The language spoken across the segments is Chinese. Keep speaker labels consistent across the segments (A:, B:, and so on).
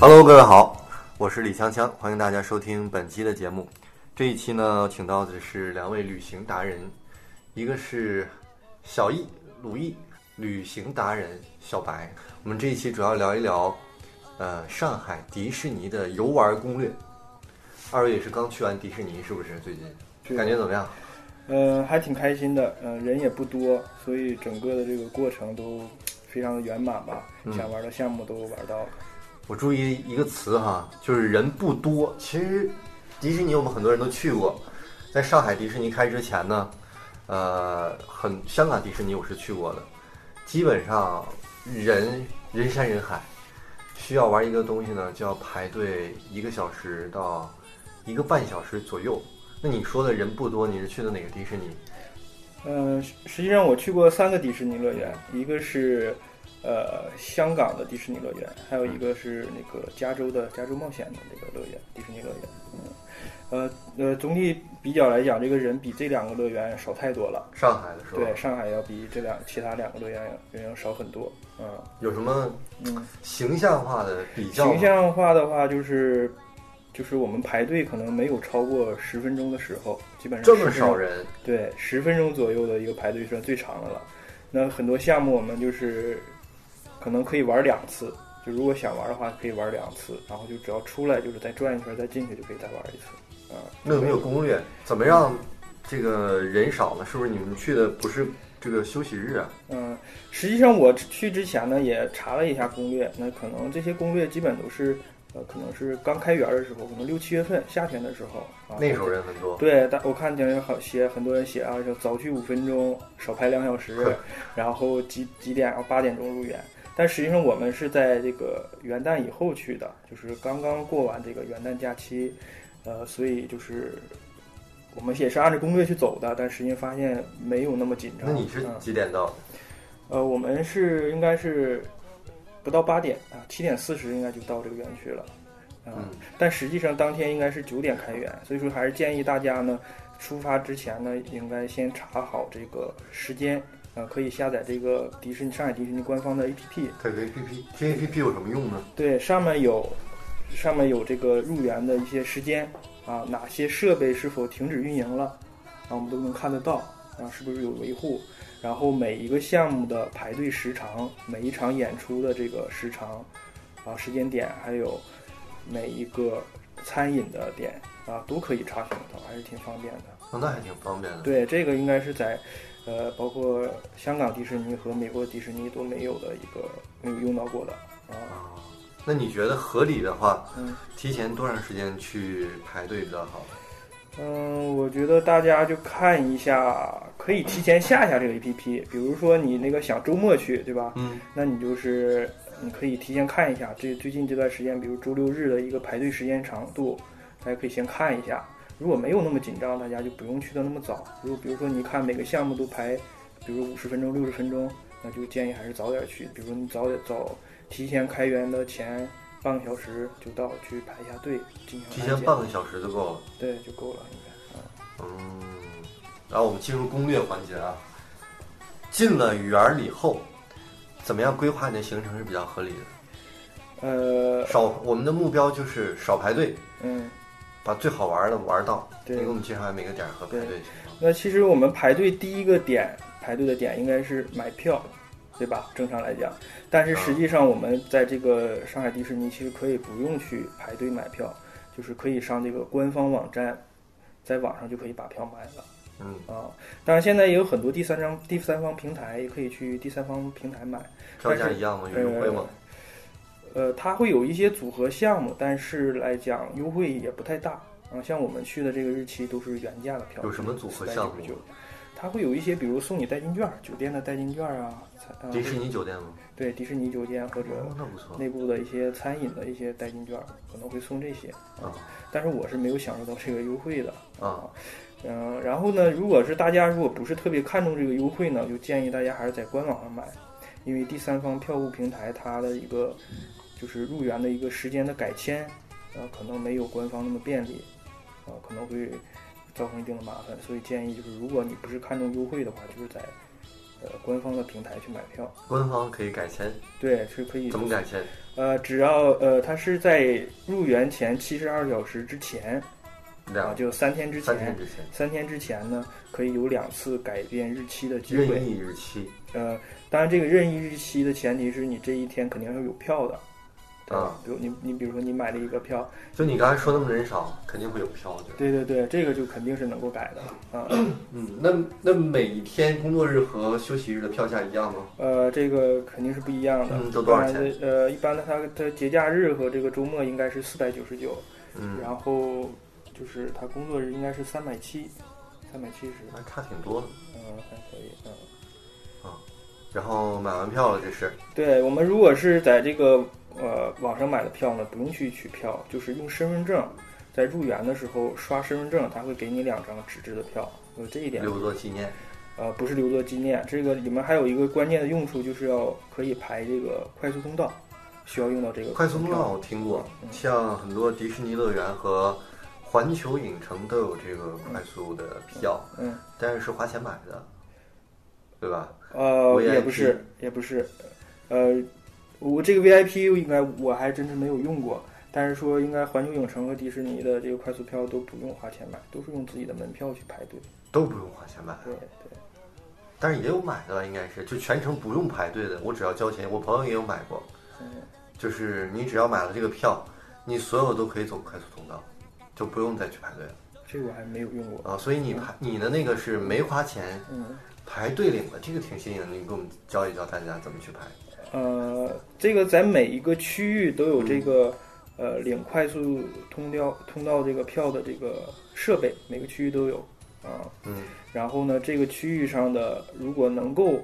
A: Hello，各位好，我是李锵锵，欢迎大家收听本期的节目。这一期呢，请到的是两位旅行达人，一个是小易鲁易，旅行达人小白。我们这一期主要聊一聊，呃，上海迪士尼的游玩攻略。二位也是刚去完迪士尼，是不是？最近感觉怎么样？
B: 嗯，还挺开心的，嗯，人也不多，所以整个的这个过程都非常的圆满吧，想玩的项目都玩到了。
A: 我注意一个词哈，就是人不多。其实迪士尼我们很多人都去过，在上海迪士尼开之前呢，呃，很香港迪士尼我是去过的，基本上人人山人海，需要玩一个东西呢，就要排队一个小时到一个半小时左右。那你说的人不多，你是去的哪个迪士尼？
B: 嗯，实实际上我去过三个迪士尼乐园，一个是呃香港的迪士尼乐园，还有一个是那个加州的加州冒险的那个乐园，迪士尼乐园。嗯，呃呃，总体比较来讲，这个人比这两个乐园少太多了。
A: 上海的时候，
B: 对，上海要比这两其他两个乐园人要少很多。嗯，
A: 有什么
B: 嗯
A: 形象化的比较吗？
B: 形象化的话就是。就是我们排队可能没有超过十分钟的时候，基本上
A: 这
B: 10
A: 么
B: 分钟
A: 少人，
B: 对，十分钟左右的一个排队算最长的了。那很多项目我们就是可能可以玩两次，就如果想玩的话可以玩两次，然后就只要出来就是再转一圈再进去就可以再玩一次。啊、
A: 那有没有攻略？怎么让这个人少呢？是不是你们去的不是这个休息日啊？
B: 嗯，实际上我去之前呢也查了一下攻略，那可能这些攻略基本都是呃可能是刚开园的时候，可能六七月份夏天的时候啊，
A: 那时候人很多，
B: 对，但我看见有好写很多人写啊，说早去五分钟，少排两小时， 然后几几点啊八点钟入园。但实际上我们是在这个元旦以后去的，就是刚刚过完这个元旦假期，呃，所以就是我们也是按照攻略去走的，但实际上发现没有那么紧张。
A: 那你是
B: 嗯
A: 几点到的？
B: 呃，我们是应该是不到八点啊，七点四十应该就到这个园区了。啊
A: 嗯
B: 但实际上当天应该是九点开园，所以说还是建议大家呢，出发之前呢，应该先查好这个时间。啊，可以下载这个迪士尼上海迪士尼官方的 APP，
A: 它有个 APP，这 APP 有什么用呢？
B: 对，上面有上面有这个入园的一些时间啊，哪些设备是否停止运营了啊，我们都能看得到啊，是不是有维护？然后每一个项目的排队时长，每一场演出的这个时长啊、时间点，还有每一个餐饮的点啊，都可以查询得到，还是挺方便的。
A: 哦，那还挺方便的。
B: 对，这个应该是在，呃，包括香港迪士尼和美国迪士尼都没有的一个没有用到过的啊。
A: 啊，那你觉得合理的话，
B: 嗯，
A: 提前多长时间去排队比较好？
B: 嗯，我觉得大家就看一下，可以提前下一下这个 APP。比如说你那个想周末去，对吧？
A: 嗯，
B: 那你就是你可以提前看一下这最近这段时间，比如周六日的一个排队时间长度，大家可以先看一下。如果没有那么紧张，大家就不用去的那么早。如果比如说你看每个项目都排，比如五十分钟、六十分钟，那就建议还是早点去。比如你早点早提前开园的前半个小时就到去排一下队，进行
A: 提
B: 安
A: 前
B: 检
A: 半个小时就够了。
B: 对就够了，应该。嗯
A: 嗯，然后我们进入攻略环节啊。进了园儿以后，怎么样规划你的行程是比较合理的？
B: 呃，
A: 少，我们的目标就是少排队，
B: 嗯，
A: 把最好玩的玩到。
B: 对
A: 你给我们介绍一下每个点儿和排队情况。
B: 那其实我们排队第一个点，排队的点应该是买票，对吧？正常来讲，但是实际上我们在这个上海迪士尼其实可以不用去排队买票，就是可以上这个官方网站，在网上就可以把票买了。
A: 嗯，
B: 啊，当然现在也有很多第三张第三方平台，也可以去第三方平台买。
A: 票价一样吗？有优惠
B: 哎
A: 吗？
B: 呃，它会有一些组合项目，但是来讲优惠也不太大啊。像我们去的这个日期都是原价的票，
A: 有什么组合项目
B: 999它会有一些，比如送你代金券儿，酒店的代金券儿啊，餐呃
A: 迪士尼酒店吗？
B: 对迪士尼酒店或者
A: 哦，那不错
B: 内部的一些餐饮的一些代金券儿，可能会送这些。
A: 啊。
B: 但是我是没有享受到这个优惠的
A: 啊。
B: 嗯、然后呢，如果是大家如果不是特别看重这个优惠呢，就建议大家还是在官网上买，因为第三方票务平台它的一个就是入园的一个时间的改签，呃，可能没有官方那么便利，呃，可能会造成一定的麻烦，所以建议就是如果你不是看重优惠的话，就是在呃官方的平台去买票。
A: 官方可以改签，
B: 对，是可以
A: 怎么改签？
B: 呃，只要呃，它是在入园前七十二小时之前啊，
A: 两
B: 就三天之
A: 三天
B: 前，
A: 之前，
B: 三天之前呢，可以有两次改变日期的机会
A: 任。意日期
B: 呃，当然，这个任意日期的前提是你这一天肯定是有票的，对吧？
A: 啊
B: 比如你你比如说你买了一个票，
A: 就你刚才说那么人少，肯定会有票的。
B: 对对对，这个就肯定是能够改的啊。
A: 嗯，那那每一天工作日和休息日的票价一样吗？
B: 呃，这个肯定是不一样的。
A: 嗯都多少
B: 当然的？呃，一般的它它节假日和这个周末应该是四百九十九，
A: 嗯，
B: 然后就是它工作日应该是三百七，三百七十，
A: 那差挺多的。
B: 嗯，还可以，嗯。
A: 然后买完票了，这是
B: 对我们如果是在这个呃网上买的票呢，不用去取票，就是用身份证，在入园的时候刷身份证，它会给你两张纸质的票，有这一点。
A: 留作纪念。
B: 呃，不是留作纪念。这个里面还有一个关键的用处，就是要可以排这个快速通道，需要用到这个
A: 快速通
B: 票
A: 道我听过，
B: 嗯
A: 像很多迪士尼乐园和环球影城都有这个快速的票，
B: 嗯，
A: 但是是花钱买的，对吧？
B: 呃，
A: VIP
B: 也不是，也不是，呃，我这个 VIP 应该我还真是没有用过，但是说应该环球影城和迪士尼的这个快速票都不用花钱买，都是用自己的门票去排队。
A: 都不用花钱买，
B: 对对，
A: 但是也有买的吧，应该是就全程不用排队的，我只要交钱。我朋友也有买过，
B: 嗯，
A: 就是你只要买了这个票，你所有都可以走快速通道，就不用再去排队了
B: 这个我还没有用过。
A: 啊。所以你排你的那个是没花钱
B: 嗯，
A: 排队领的，这个挺新颖的。你给我们教一教大家怎么去排。
B: 呃，这个在每一个区域都有这个。呃，领快速通道通道这个票的这个设备，每个区域都有啊、
A: 嗯
B: 然后呢，这个区域上的如果能够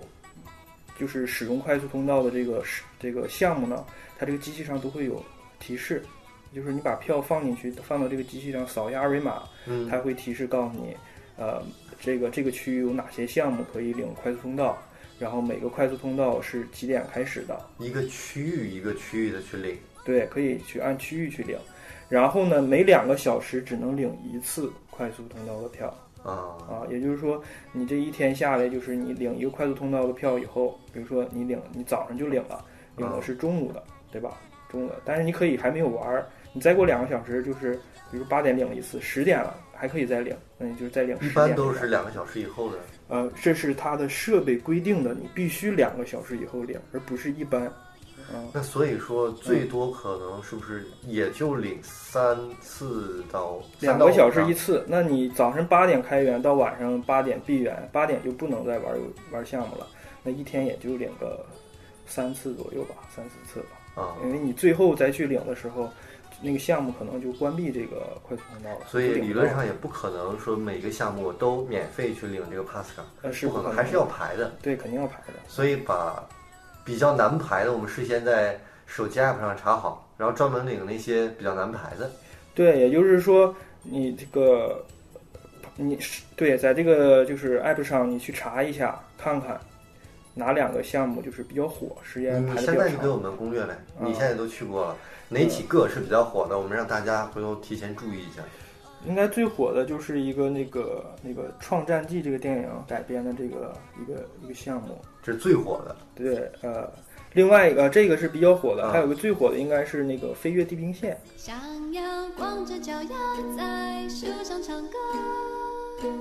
B: 就是使用快速通道的这个是这个项目呢，它这个机器上都会有提示，就是你把票放进去，放到这个机器上扫一下二维码，
A: 嗯
B: 它会提示告诉你，呃，这个这个区域有哪些项目可以领快速通道，然后每个快速通道是几点开始的，
A: 一个区域一个区域的去领，
B: 对，可以去按区域去领。然后呢，每两个小时只能领一次快速通道的票。
A: 啊，
B: 啊，也就是说，你这一天下来，就是你领一个快速通道的票以后，比如说你领，你早上就领了，领
A: 嗯
B: 的是中午的，对吧？中午的，但是你可以还没有玩儿，你再过两个小时，就是比如八点领一次，十点了还可以再领，那你就是再领
A: 一
B: 十
A: 般
B: 点。
A: 都是两个小时以后的。
B: 呃，这是它的设备规定的，你必须两个小时以后领，而不是一般。嗯，
A: 那所以说，最多可能是不是也就领三四到
B: 两个小时一次，那你早晨八点开园到晚上八点闭园，八点就不能再玩游玩项目了，那一天也就领个三次左右吧，三四次吧，
A: 啊，
B: 因为你最后再去领的时候，那个项目可能就关闭这个快速通道了，
A: 所以
B: 就领不
A: 理论
B: 到了
A: 上也不可能说每个项目都免费去领这个 pass 卡，
B: 呃是
A: 不可
B: 能
A: 能，还是要排的。
B: 对肯定要排的，
A: 所以把比较难排的，我们事先在手机 app 上查好，然后专门领那些比较难排的。
B: 对，也就是说你这个你是对在这个就是 app 上你去查一下看看哪两个项目就是比较火，时间
A: 你
B: 排的
A: 嗯现
B: 比较
A: 在就给
B: 长。
A: 我们攻略来，
B: 嗯
A: 你现在都去过了，哪几个是比较火的？我们让大家回头提前注意一下。
B: 应该最火的就是一个那个那个《创战记》这个电影改编的这个一个一个项目，
A: 这是最火的，
B: 对，呃，另外一个这个是比较火的，
A: 啊
B: 还有个最火的应该是那个《飞越地平线
C: 想要光着脚丫在树上唱歌。